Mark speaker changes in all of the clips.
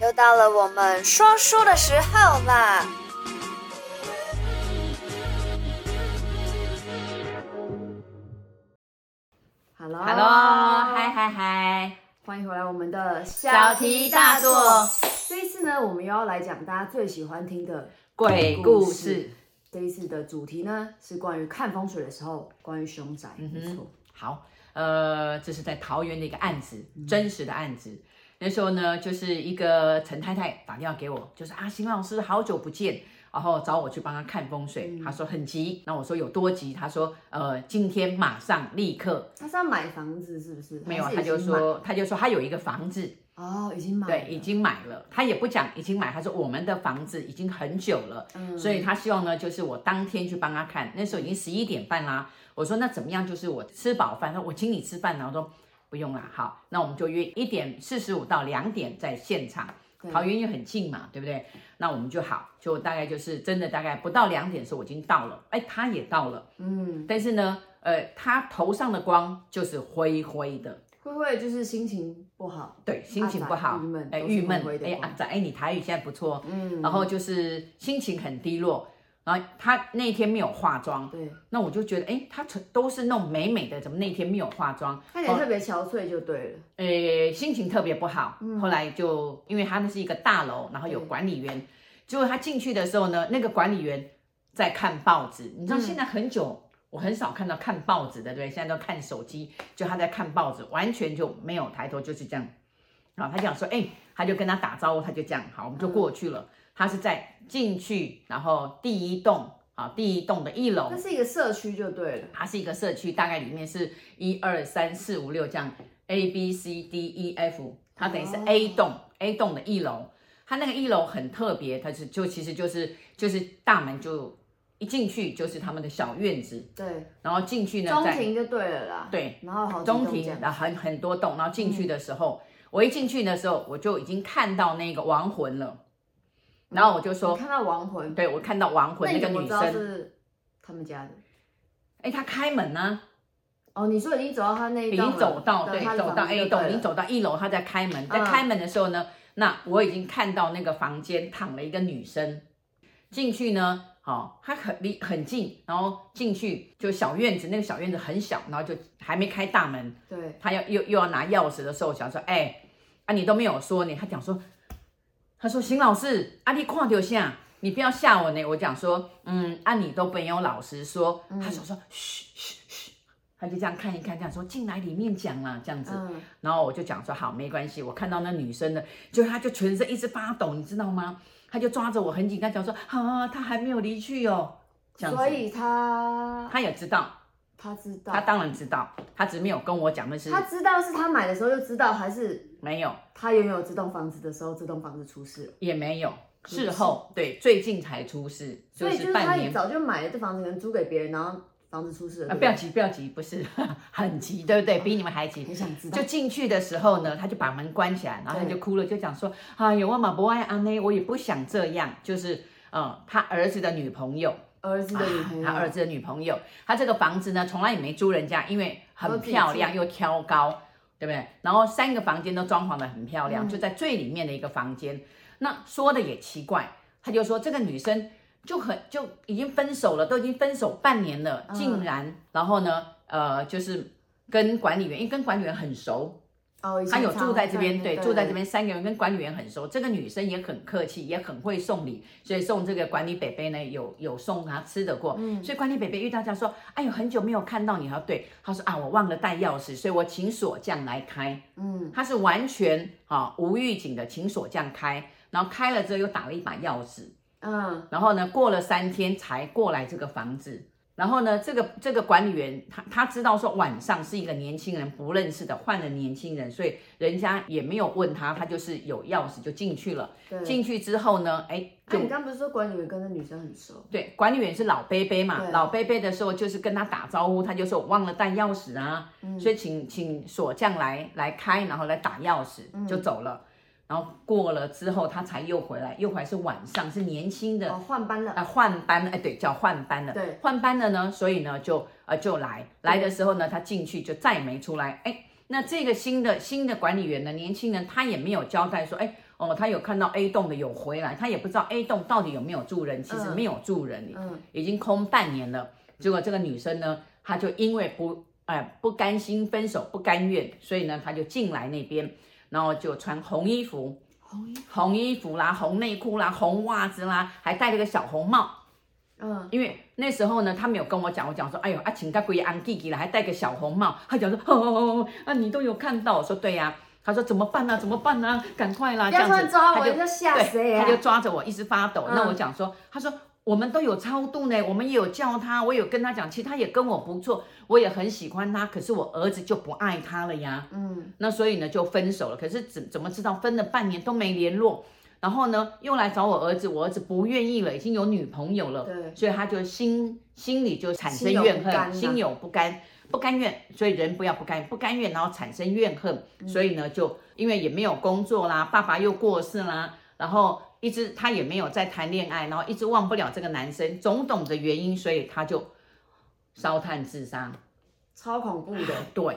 Speaker 1: 又到了我们说书的时候啦！
Speaker 2: Hello，
Speaker 3: Hello，嗨嗨嗨！
Speaker 2: 欢迎回来我们的
Speaker 3: 小题大做。
Speaker 2: 这一次呢，我们又要来讲大家最喜欢听的
Speaker 3: 鬼故事。
Speaker 2: 这一次的主题呢，是关于看风水的时候，关于凶宅。
Speaker 3: 嗯哼
Speaker 2: 没错，
Speaker 3: 好，呃，这是在桃园的一个案子，真实的案子。那时候呢，就是一个陈太太打电话给我，就是啊，邢老师好久不见，然后找我去帮她看风水。她说很急，那我说有多急？她说呃，今天马上立刻。
Speaker 2: 他是要买房子是不是？
Speaker 3: 没有，啊
Speaker 2: 还是
Speaker 3: 她
Speaker 2: 已经
Speaker 3: 就说她就说她有一个房子，
Speaker 2: 买哦，已经买了
Speaker 3: 对，已经买了。她也不讲已经买，她说我们的房子已经很久了。
Speaker 2: 嗯
Speaker 3: 所以他希望呢，就是我当天去帮他看，那时候已经十一点半啦。我说那怎么样？就是我吃饱饭，他说我请你吃饭然后说不用啦，好，那我们就约一点四十五到两点在现场
Speaker 2: 对，
Speaker 3: 桃园又很近嘛，对不对？那我们就好，就大概就是真的大概不到两点的时候我已经到了，哎，他也到了，
Speaker 2: 嗯，
Speaker 3: 但是呢，呃，他头上的光就是灰灰的，
Speaker 2: 会不会就是心情不好？
Speaker 3: 对，心情不
Speaker 2: 阿
Speaker 3: 好
Speaker 2: 宅郁闷，
Speaker 3: 哎，
Speaker 2: 都是
Speaker 3: 郁闷
Speaker 2: 灰灰，的
Speaker 3: 哎，
Speaker 2: 光
Speaker 3: 阿仔，哎，你台语现在不错，
Speaker 2: 嗯，
Speaker 3: 然后就是心情很低落。然后她那天没有化妆，
Speaker 2: 对，
Speaker 3: 那我就觉得，哎，她都是那种美美的，怎么那天没有化妆？
Speaker 2: 看起来特别憔悴就对了。
Speaker 3: 呃，心情特别不好。后来就因为她那是一个大楼，然后有
Speaker 2: 对
Speaker 3: 管理员，结果她进去的时候呢，那个管理员在看报纸。你知道现在很久、我很少看到看报纸的，对不对，现在都看手机，就她在看报纸，完全就没有抬头，就是这样。然后她讲说，哎，她就跟他打招呼，她就这样，好，我们就过去了。她是在进去，然后第一栋，啊，第一栋的一楼
Speaker 2: 那，是一个社区就对了。
Speaker 3: 它是一个社区，大概里面是一二三四五六这样，A B C D E F，它等于是
Speaker 2: 哦
Speaker 3: A 栋、A 栋的一楼，它那个一楼很特别，它是就其实就是就是大门就一进去就是他们的小院子，
Speaker 2: 对，
Speaker 3: 然后进去呢
Speaker 2: 中
Speaker 3: 在
Speaker 2: 庭就对了啦。，
Speaker 3: 对
Speaker 2: 然后好几
Speaker 3: 中
Speaker 2: 栋这
Speaker 3: 庭，
Speaker 2: 样嗯
Speaker 3: 然后很很多栋，然后进去的时候，我一进去的时候我就已经看到那个亡魂了，然后我就
Speaker 2: 你
Speaker 3: 说，
Speaker 2: 看到亡魂，
Speaker 3: 对我看到亡魂
Speaker 2: 你
Speaker 3: 那个
Speaker 2: 怎么
Speaker 3: 女
Speaker 2: 知道
Speaker 3: 生，
Speaker 2: 是他们家的？
Speaker 3: 哎，她开门呢、
Speaker 2: 哦，你说已经走到他那一
Speaker 3: 已
Speaker 2: 栋了，
Speaker 3: 经哎走到对，
Speaker 2: 他的
Speaker 3: 走到
Speaker 2: 房子
Speaker 3: A
Speaker 2: 就
Speaker 3: 栋，
Speaker 2: 对
Speaker 3: 已经
Speaker 2: 了。
Speaker 3: 走到一楼，他在开门，在
Speaker 2: 嗯
Speaker 3: 开门的时候呢，那我已经看到那个房间躺了一个女生，进去呢，哦，她很离很近，然后进去就小院子，那个小院子很小，然后就还没开大门，
Speaker 2: 对，
Speaker 3: 他要又又要拿钥匙的时候，想说，哎、啊，你都没有说呢。他讲说，他说邢老师，啊，你看丢下，你不要吓我呢。我讲说，嗯，啊，你都没有老实说。
Speaker 2: 嗯
Speaker 3: 他想说，嘘嘘嘘，他就这样看一看，这样说进来里面讲啦，这样子。
Speaker 2: 嗯，
Speaker 3: 然后我就讲说好，没关系，我看到那女生了，就她就全身一直发抖，你知道吗？她就抓着我很紧，跟她讲说，啊，她还没有离去哦。这样子
Speaker 2: 所以他
Speaker 3: 她也知道，
Speaker 2: 他知道
Speaker 3: 她，当然知道，她只是没有跟我讲，那是
Speaker 2: 他知道是他买的时候就知道，还是
Speaker 3: 没有。
Speaker 2: 他拥有这栋房子的时候，这栋房子出事了？
Speaker 3: 也没有，事后对最近才出事，
Speaker 2: 所
Speaker 3: 就
Speaker 2: 以就是是
Speaker 3: 半
Speaker 2: 他
Speaker 3: 年。
Speaker 2: 早就买了这房子，可能租给别人，然后房子出事
Speaker 3: 啊，
Speaker 2: 了。
Speaker 3: 不要急，不要急，不是 很急，对不对？比你们还急
Speaker 2: 很。想知道
Speaker 3: 就，进去的时候呢，他就把门关起来，然后他
Speaker 2: 对
Speaker 3: 就哭了，就讲说：“哎呦，我嘛不爱安呢，我也不想这样。”就是，呃，他儿子的女朋友，
Speaker 2: 儿子的女
Speaker 3: 啊
Speaker 2: 朋友，
Speaker 3: 他儿子的女朋友，他这个房子呢，从来也没租人家，因为
Speaker 2: 都
Speaker 3: 很
Speaker 2: 自己
Speaker 3: 漂
Speaker 2: 住
Speaker 3: 亮又挑高，对不对？然后三个房间都装潢的很漂亮，就在最里面的一个房间。那说的也奇怪，他就说这个女生就很就已经分手了，都已经分手半年了，
Speaker 2: 嗯
Speaker 3: 竟然、然后呢，呃，就是跟管理员，因为跟管理员很熟，
Speaker 2: 哦，以前
Speaker 3: 他有
Speaker 2: 常
Speaker 3: 住在这边，
Speaker 2: 对，
Speaker 3: 对，住在这边，三个人跟管理员很熟。这个女生也很客气，也很会送礼，所以送这个管理北北呢，有有送她吃的过。
Speaker 2: 嗯
Speaker 3: 所以管理北北遇到她说：“哎呦，很久没有看到你了。”对，她说：“啊，我忘了带钥匙，所以我请锁匠来开。”
Speaker 2: 嗯，
Speaker 3: 她是完全啊无预警的请锁匠开，然后开了之后又打了一把钥匙，
Speaker 2: 嗯，
Speaker 3: 然后呢，过了三天才过来这个房子。然后呢，这个这个管理员他他知道说晚上是一个年轻人不认识的换了年轻人，所以人家也没有问他，他就是有钥匙就进去了。
Speaker 2: 对。
Speaker 3: 进去之后呢，哎，
Speaker 2: 那
Speaker 3: 就
Speaker 2: 你刚不是说管理员跟那女生很熟？
Speaker 3: 对，管理员是老贝贝嘛
Speaker 2: 对，
Speaker 3: 老贝贝的时候就是跟他打招呼，他就说我忘了带钥匙啊，
Speaker 2: 嗯
Speaker 3: 所以请请锁匠来来开，然后来打钥匙
Speaker 2: 嗯
Speaker 3: 就走了。然后过了之后，他才又回来，又回来是晚上，是年轻的
Speaker 2: 哦，换班了，
Speaker 3: 啊，换班哎，对，叫换班了。
Speaker 2: 对，
Speaker 3: 换班了呢，所以呢就呃就来来的时候呢，他进去就再也没出来。哎，那这个新的新的管理员呢，年轻人他也没有交代说，哎，哦，他有看到 A 栋的有回来，他也不知道 A 栋到底有没有住人，其实
Speaker 2: 嗯
Speaker 3: 没有住人，
Speaker 2: 嗯
Speaker 3: 已经空半年了。结果这个女生呢，她就因为不哎、不甘心分手，不甘愿，所以呢，她就进来那边，然后就穿红衣服，
Speaker 2: 红衣
Speaker 3: 红衣服啦，红内裤啦，红袜子啦，还戴了个小红帽。
Speaker 2: 嗯，
Speaker 3: 因为那时候呢，他没有跟我讲，我讲说，哎呦，啊，请个鬼安弟弟了，还戴个小红帽。他讲说，哦哦哦，啊，你都有看到？我说对呀、啊他说怎么办啊呢、怎么办呢、赶快啦！
Speaker 2: 不
Speaker 3: 这
Speaker 2: 要
Speaker 3: 样
Speaker 2: 突然
Speaker 3: 子，
Speaker 2: 抓
Speaker 3: 他
Speaker 2: 我，
Speaker 3: 就
Speaker 2: 你就吓死
Speaker 3: 对，
Speaker 2: 人
Speaker 3: 他就
Speaker 2: 啊！
Speaker 3: 抓着我一直发抖。
Speaker 2: 嗯
Speaker 3: 那我讲说，他说我们都有超度呢，我们也有叫他，我有跟他讲，其实他也跟我不错，我也很喜欢他，可是我儿子就不爱他了呀。
Speaker 2: 嗯，
Speaker 3: 那所以呢就分手了。可是怎怎么知道分了半年都没联络？然后呢又来找我儿子，我儿子不愿意了，已经有女朋友了，
Speaker 2: 对，
Speaker 3: 所以他就心心里就产生
Speaker 2: 心有
Speaker 3: 怨
Speaker 2: 不甘啊
Speaker 3: 恨，心有不甘。不甘愿，所以人不要不甘，不甘愿，然后产生怨恨，所以呢，就因为也没有工作啦，爸爸又过世啦，然后一直他也没有在谈恋爱，然后一直忘不了这个男生，种种的原因，所以他就烧炭自杀。
Speaker 2: 超恐怖 的，
Speaker 3: 对，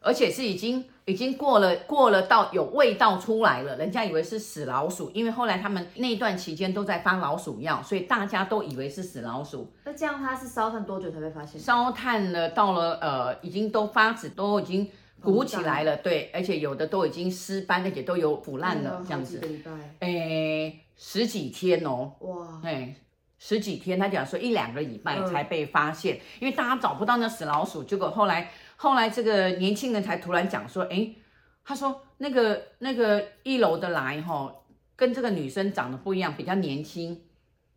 Speaker 3: 而且是已经已经过了过了到有味道出来了，人家以为是死老鼠，因为后来他们那一段期间都在发老鼠药，所以大家都以为是死老鼠。
Speaker 2: 那这样他是烧炭多久才被发现？
Speaker 3: 烧炭了，到了呃，已经都发紫，都已经鼓起来
Speaker 2: 嗯
Speaker 3: 了，对，而且有的都已经尸斑，而且都有腐烂了，这
Speaker 2: 哎嗯
Speaker 3: 样
Speaker 2: 好几
Speaker 3: 子
Speaker 2: 个，礼拜，
Speaker 3: 诶，十几天哦，
Speaker 2: 哇，
Speaker 3: 哎，十几天，他讲说一两个礼拜
Speaker 2: 嗯
Speaker 3: 才被发现，因为大家找不到那死老鼠，结果后来后来这个年轻人才突然讲说，哎，他说那个那个一楼的来哈、跟这个女生长得不一样，比较年轻。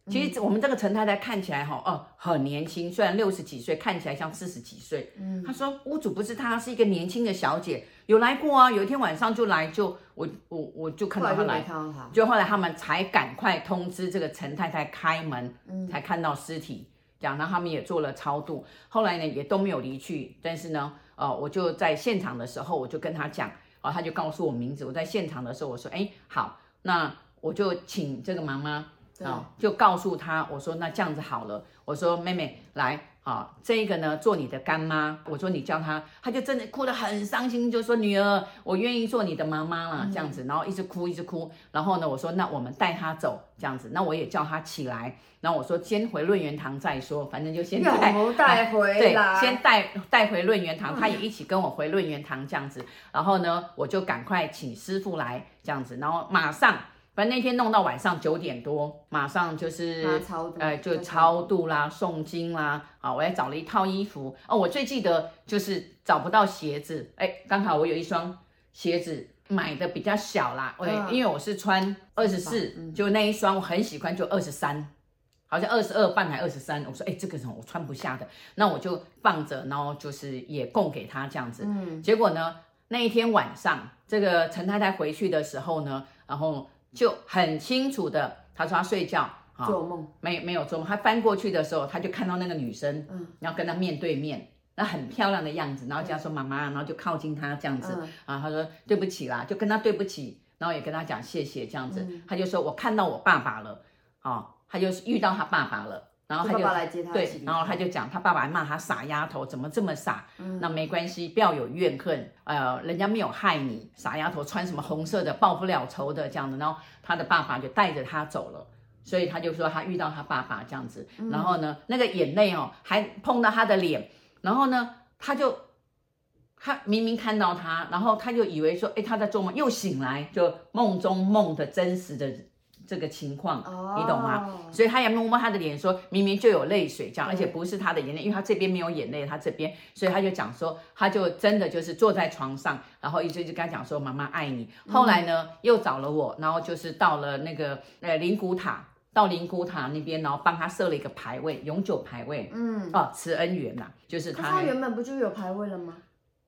Speaker 3: 其实
Speaker 2: 嗯
Speaker 3: 我们这个陈太太看起来哈、哦，很年轻，虽然六十几岁，看起来像四十几岁，
Speaker 2: 嗯，
Speaker 3: 他说屋主不是他，是一个年轻的小姐，有来过啊。有一天晚上就来，就我我我就看
Speaker 2: 后
Speaker 3: 到
Speaker 2: 来
Speaker 3: 她
Speaker 2: 就
Speaker 3: 来
Speaker 2: 没，看到他，
Speaker 3: 就后来他们才赶快通知这个陈太太开门，才看到尸体。这样，然后他们也做了超度，后来呢也都没有离去。但是呢，呃，我就在现场的时候，我就跟他讲，哦，他就告诉我名字。我在现场的时候，我说，哎，好，那我就请这个妈妈
Speaker 2: 对
Speaker 3: 哦，就告诉他，我说那这样子好了，我说妹妹来啊、这个呢做你的干妈，我说你叫她，她就真的哭得很伤心，就说女儿，我愿意做你的妈妈啦，这样子，然后一直哭一直哭，然后呢，我说那我们带她走，这样子，那我也叫她起来，然后我说先回润园堂再说，反正就先带
Speaker 2: 又带回
Speaker 3: 啊对，
Speaker 2: 来，
Speaker 3: 先带带回润园堂，他也一起跟我回润园堂这样子。然后呢，我就赶快请师傅来这样子，然后马上，反正那天弄到晚上九点多，马上就
Speaker 2: 把它
Speaker 3: 是
Speaker 2: 超度，
Speaker 3: 呃就超度啦、诵经啦。啊，我也找了一套衣服哦，我最记得就是找不到鞋子，哎，刚好我有一双鞋子。买的比较小啦，我、
Speaker 2: 嗯
Speaker 3: 因为我是穿二十四，就那一双我很喜欢，就二十三，好像二十二半还二十三，我说哎、这个什么我穿不下的，那我就放着，然后就是也供给他这样子。
Speaker 2: 嗯，
Speaker 3: 结果呢，那一天晚上，这个陈太太回去的时候呢，然后就很清楚的，她说她睡觉啊，
Speaker 2: 做梦，
Speaker 3: 没没有做梦，她翻过去的时候，她就看到那个女生，
Speaker 2: 嗯
Speaker 3: 然后跟她面对面，那很漂亮的样子，然后叫她说妈妈，然后就靠近她这样子，
Speaker 2: 嗯
Speaker 3: 啊，他说对不起啦，就跟他对不起，然后也跟他讲谢谢这样子，
Speaker 2: 嗯
Speaker 3: 他就说我看到我爸爸了，哦，他就遇到他爸爸了，然后他
Speaker 2: 就
Speaker 3: 就
Speaker 2: 爸爸来接他
Speaker 3: 对
Speaker 2: 起，立
Speaker 3: 然后他就讲他爸爸还骂他傻丫头，怎么这么傻？
Speaker 2: 嗯
Speaker 3: 那没关系，不要有怨恨，呃，人家没有害你，傻丫头穿什么红色的，报不了仇的这样子，然后他的爸爸就带着他走了。所以他就说他遇到他爸爸这样子，然后呢，那个眼泪哦还碰到他的脸，然后呢，他就他明明看到他，然后他就以为说，哎，他在做梦，又醒来，就梦中梦的真实的这个情况，
Speaker 2: 哦
Speaker 3: 你懂吗？所以他也摸摸他的脸说，明明就有泪水
Speaker 2: 嗯
Speaker 3: 这样，而且不是他的眼泪，因为他这边没有眼泪，他这边，所以他就讲说，他就真的就是坐在床上，然后一直就跟他讲说，妈妈爱你。后来呢，
Speaker 2: 嗯
Speaker 3: 又找了我，然后就是到了那个呃灵骨塔，到灵骨塔那边，然后帮他设了一个牌位，永久牌位，
Speaker 2: 嗯，
Speaker 3: 哦，慈恩园呐、就是
Speaker 2: 可是
Speaker 3: 他
Speaker 2: 他
Speaker 3: 那个。
Speaker 2: 原本不就有牌位了吗？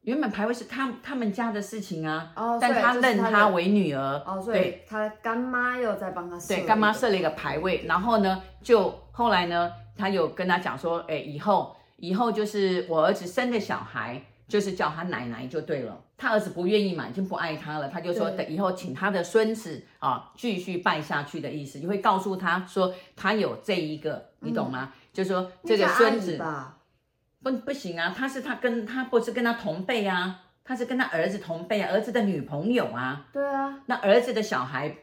Speaker 3: 原本牌位是他他们家的事情啊，
Speaker 2: 哦，
Speaker 3: 但
Speaker 2: 所以
Speaker 3: 他
Speaker 2: 就是
Speaker 3: 认
Speaker 2: 他
Speaker 3: 她
Speaker 2: 的
Speaker 3: 为女儿，
Speaker 2: 哦，所
Speaker 3: 对
Speaker 2: 以他干妈又在帮他设
Speaker 3: 对，干妈
Speaker 2: 一个
Speaker 3: 设了一个牌位，然后呢，就后来呢，他有跟他讲说，哎，以后以后就是我儿子生的小孩，就是叫他奶奶就对了。他儿子不愿意嘛，已经不爱他了，他就说
Speaker 2: 对
Speaker 3: 等以后请他的孙子啊继续拜下去的意思，就会告诉他说他有这一个，你懂吗？就说这个
Speaker 2: 嗯那叫阿
Speaker 3: 孙
Speaker 2: 姨
Speaker 3: 子
Speaker 2: 吧，
Speaker 3: 不不行啊，他是他跟他不是跟他同辈啊，他是跟他儿子同辈、啊，儿子的女朋友啊，
Speaker 2: 对啊，
Speaker 3: 那儿子的小孩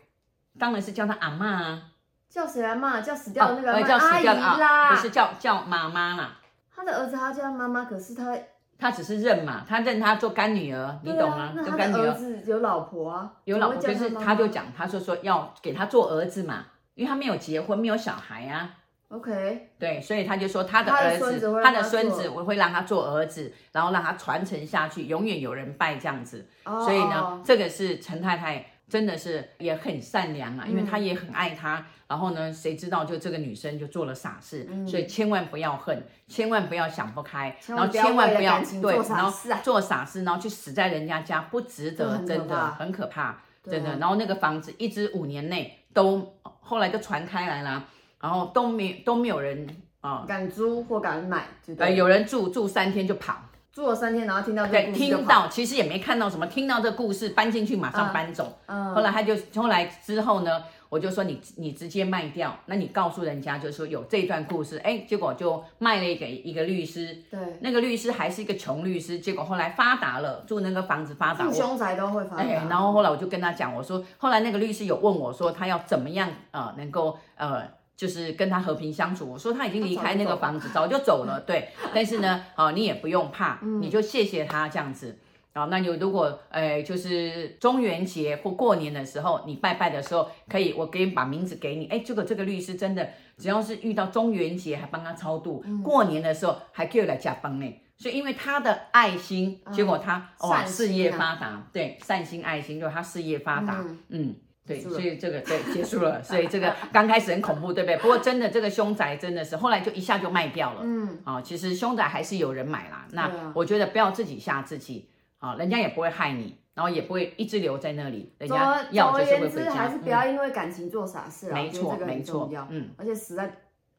Speaker 3: 当然是叫她阿妈啊，
Speaker 2: 叫谁来骂？叫死掉的那个阿
Speaker 3: 哦呃
Speaker 2: 嬷
Speaker 3: 叫
Speaker 2: 阿
Speaker 3: 死
Speaker 2: 姨
Speaker 3: 掉的啊，
Speaker 2: 啦。
Speaker 3: 不是叫叫妈妈啦。
Speaker 2: 他的儿子，他叫他妈妈，可是他
Speaker 3: 她只是认嘛，她认她做干女儿，你
Speaker 2: 对
Speaker 3: 懂
Speaker 2: 啊
Speaker 3: 吗？，
Speaker 2: 那
Speaker 3: 做
Speaker 2: 他
Speaker 3: 干女
Speaker 2: 的儿
Speaker 3: 儿
Speaker 2: 子有老婆啊，
Speaker 3: 有老婆，
Speaker 2: 怎么
Speaker 3: 就
Speaker 2: 会叫
Speaker 3: 是
Speaker 2: 妈妈
Speaker 3: 她就讲，她说说要给她做儿子嘛，因为她没有结婚，没有小孩啊。
Speaker 2: OK，
Speaker 3: 对，所以他就说他的
Speaker 2: 他的
Speaker 3: 儿
Speaker 2: 孙子
Speaker 3: 子
Speaker 2: 会，
Speaker 3: 他
Speaker 2: 让
Speaker 3: 的
Speaker 2: 他
Speaker 3: 孙
Speaker 2: 做
Speaker 3: 子我会让他做儿子，然后让他传承下去，永远有人拜这样子。
Speaker 2: 哦
Speaker 3: 所以呢
Speaker 2: 哦，
Speaker 3: 这个是陈太太真的是也很善良啊，因为
Speaker 2: 嗯
Speaker 3: 她也很爱他。然后呢，谁知道就这个女生就做了傻事，
Speaker 2: 嗯
Speaker 3: 所以千万不要恨，千万不要想不开，
Speaker 2: 千
Speaker 3: 然
Speaker 2: 万
Speaker 3: 后
Speaker 2: 不要
Speaker 3: 千万
Speaker 2: 为了
Speaker 3: 不要
Speaker 2: 感情
Speaker 3: 对，
Speaker 2: 做傻
Speaker 3: 然后
Speaker 2: 事啊
Speaker 3: 做傻事，然后去死在人家家，不值
Speaker 2: 这
Speaker 3: 得，
Speaker 2: 很可
Speaker 3: 真的
Speaker 2: 怕
Speaker 3: 很可怕。
Speaker 2: 对
Speaker 3: 真的。
Speaker 2: 啊
Speaker 3: 然后那个房子一直五年内都后来就传开来啦，然后都没都没有人啊、
Speaker 2: 敢租或敢买，对不
Speaker 3: 呃，
Speaker 2: 对？
Speaker 3: 有人住住三天就跑，
Speaker 2: 住了三天，然后听到这
Speaker 3: 对，
Speaker 2: 个故事就
Speaker 3: 听
Speaker 2: 跑，
Speaker 3: 到其实也没看到什么，听到这故事搬进去马上搬走。
Speaker 2: 嗯，
Speaker 3: 后来他就后来之后呢，我就说你你直接卖掉，那你告诉人家就说有这段故事，哎，结果就卖了给一个律师。
Speaker 2: 对，
Speaker 3: 那个律师还是一个穷律师，结果后来发达了，住那个房子发达，
Speaker 2: 住
Speaker 3: 我
Speaker 2: 凶宅都会发嗯
Speaker 3: 哎，
Speaker 2: 生，
Speaker 3: 然后后来我就跟他讲，我说后来那个律师有问我说他要怎么样呃能够呃就是跟他和平相处，我说他已经离开那个房子，早就走了，对，但是呢，哦你也不用怕，你就谢谢他这样子。啊，那有如果呃，就是中元节或过年的时候，你拜拜的时候，可以我给你把名字给你。哎，这个这个律师真的，只要是遇到中元节还帮他超度，
Speaker 2: 嗯
Speaker 3: 过年的时候还给我来加帮呢。所以因为他的爱心，结果他、
Speaker 2: 嗯
Speaker 3: 哇
Speaker 2: 善
Speaker 3: 事
Speaker 2: 心
Speaker 3: 业
Speaker 2: 啊
Speaker 3: 发达，对，善心爱心，就是他事业发达，嗯
Speaker 2: 嗯
Speaker 3: 对，
Speaker 2: 结束了
Speaker 3: 所以这个对结束 了，所以这个刚开始很恐怖，对不对？不过真的这个凶宅真的是后来就一下就卖掉了，
Speaker 2: 嗯，
Speaker 3: 哦，其实凶宅还是有人买啦。
Speaker 2: 对
Speaker 3: 那
Speaker 2: 啊
Speaker 3: 我觉得不要自己吓自己，啊、人家也不会害你，然后也不会一直留在那里，人
Speaker 2: 总
Speaker 3: 家
Speaker 2: 而
Speaker 3: 要
Speaker 2: 总
Speaker 3: 就
Speaker 2: 而
Speaker 3: 是会
Speaker 2: 言
Speaker 3: 回
Speaker 2: 之，
Speaker 3: 家。
Speaker 2: 还是不要因为感情做傻事
Speaker 3: 嗯
Speaker 2: 啊，
Speaker 3: 没
Speaker 2: 我
Speaker 3: 错
Speaker 2: 觉得这个
Speaker 3: 没
Speaker 2: 很
Speaker 3: 错
Speaker 2: 重要，。
Speaker 3: 嗯，
Speaker 2: 而且死在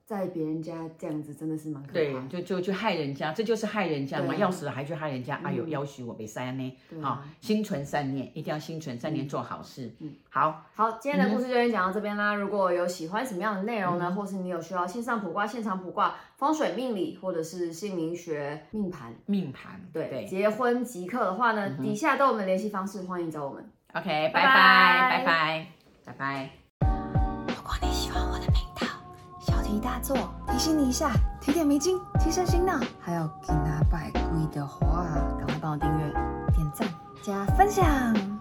Speaker 2: 在别人家这样子真的是蛮可
Speaker 3: 对
Speaker 2: 怕，的，
Speaker 3: 就就去害人家，这就是害人家嘛，
Speaker 2: 对啊
Speaker 3: 要死了还去害人家，哎呦，
Speaker 2: 嗯
Speaker 3: 要许我被塞呢。
Speaker 2: 对
Speaker 3: 好
Speaker 2: 啊。，
Speaker 3: 心存善念，一定要心存善念，做好事。嗯
Speaker 2: 嗯，
Speaker 3: 好，
Speaker 2: 好，今天的故事就先讲到这边啦。如果有喜欢什么样的内容
Speaker 4: 嗯
Speaker 2: 呢，或是你有需要线上卜卦、现场卜卦、风水命理，或者是姓名学、命盘，
Speaker 3: 命盘
Speaker 2: 对，
Speaker 3: 对
Speaker 2: 结婚即刻的话呢，
Speaker 4: 嗯
Speaker 2: 底下都有我们联系方式，欢迎找我们。
Speaker 3: ，OK，拜
Speaker 2: 拜
Speaker 3: 拜，拜拜，拜拜。
Speaker 4: 如果你喜欢我的频道，小题大做，提醒你一下，提点迷津，提升心脑。还有给拿百贵的话，赶快帮我订阅、点赞、加分享。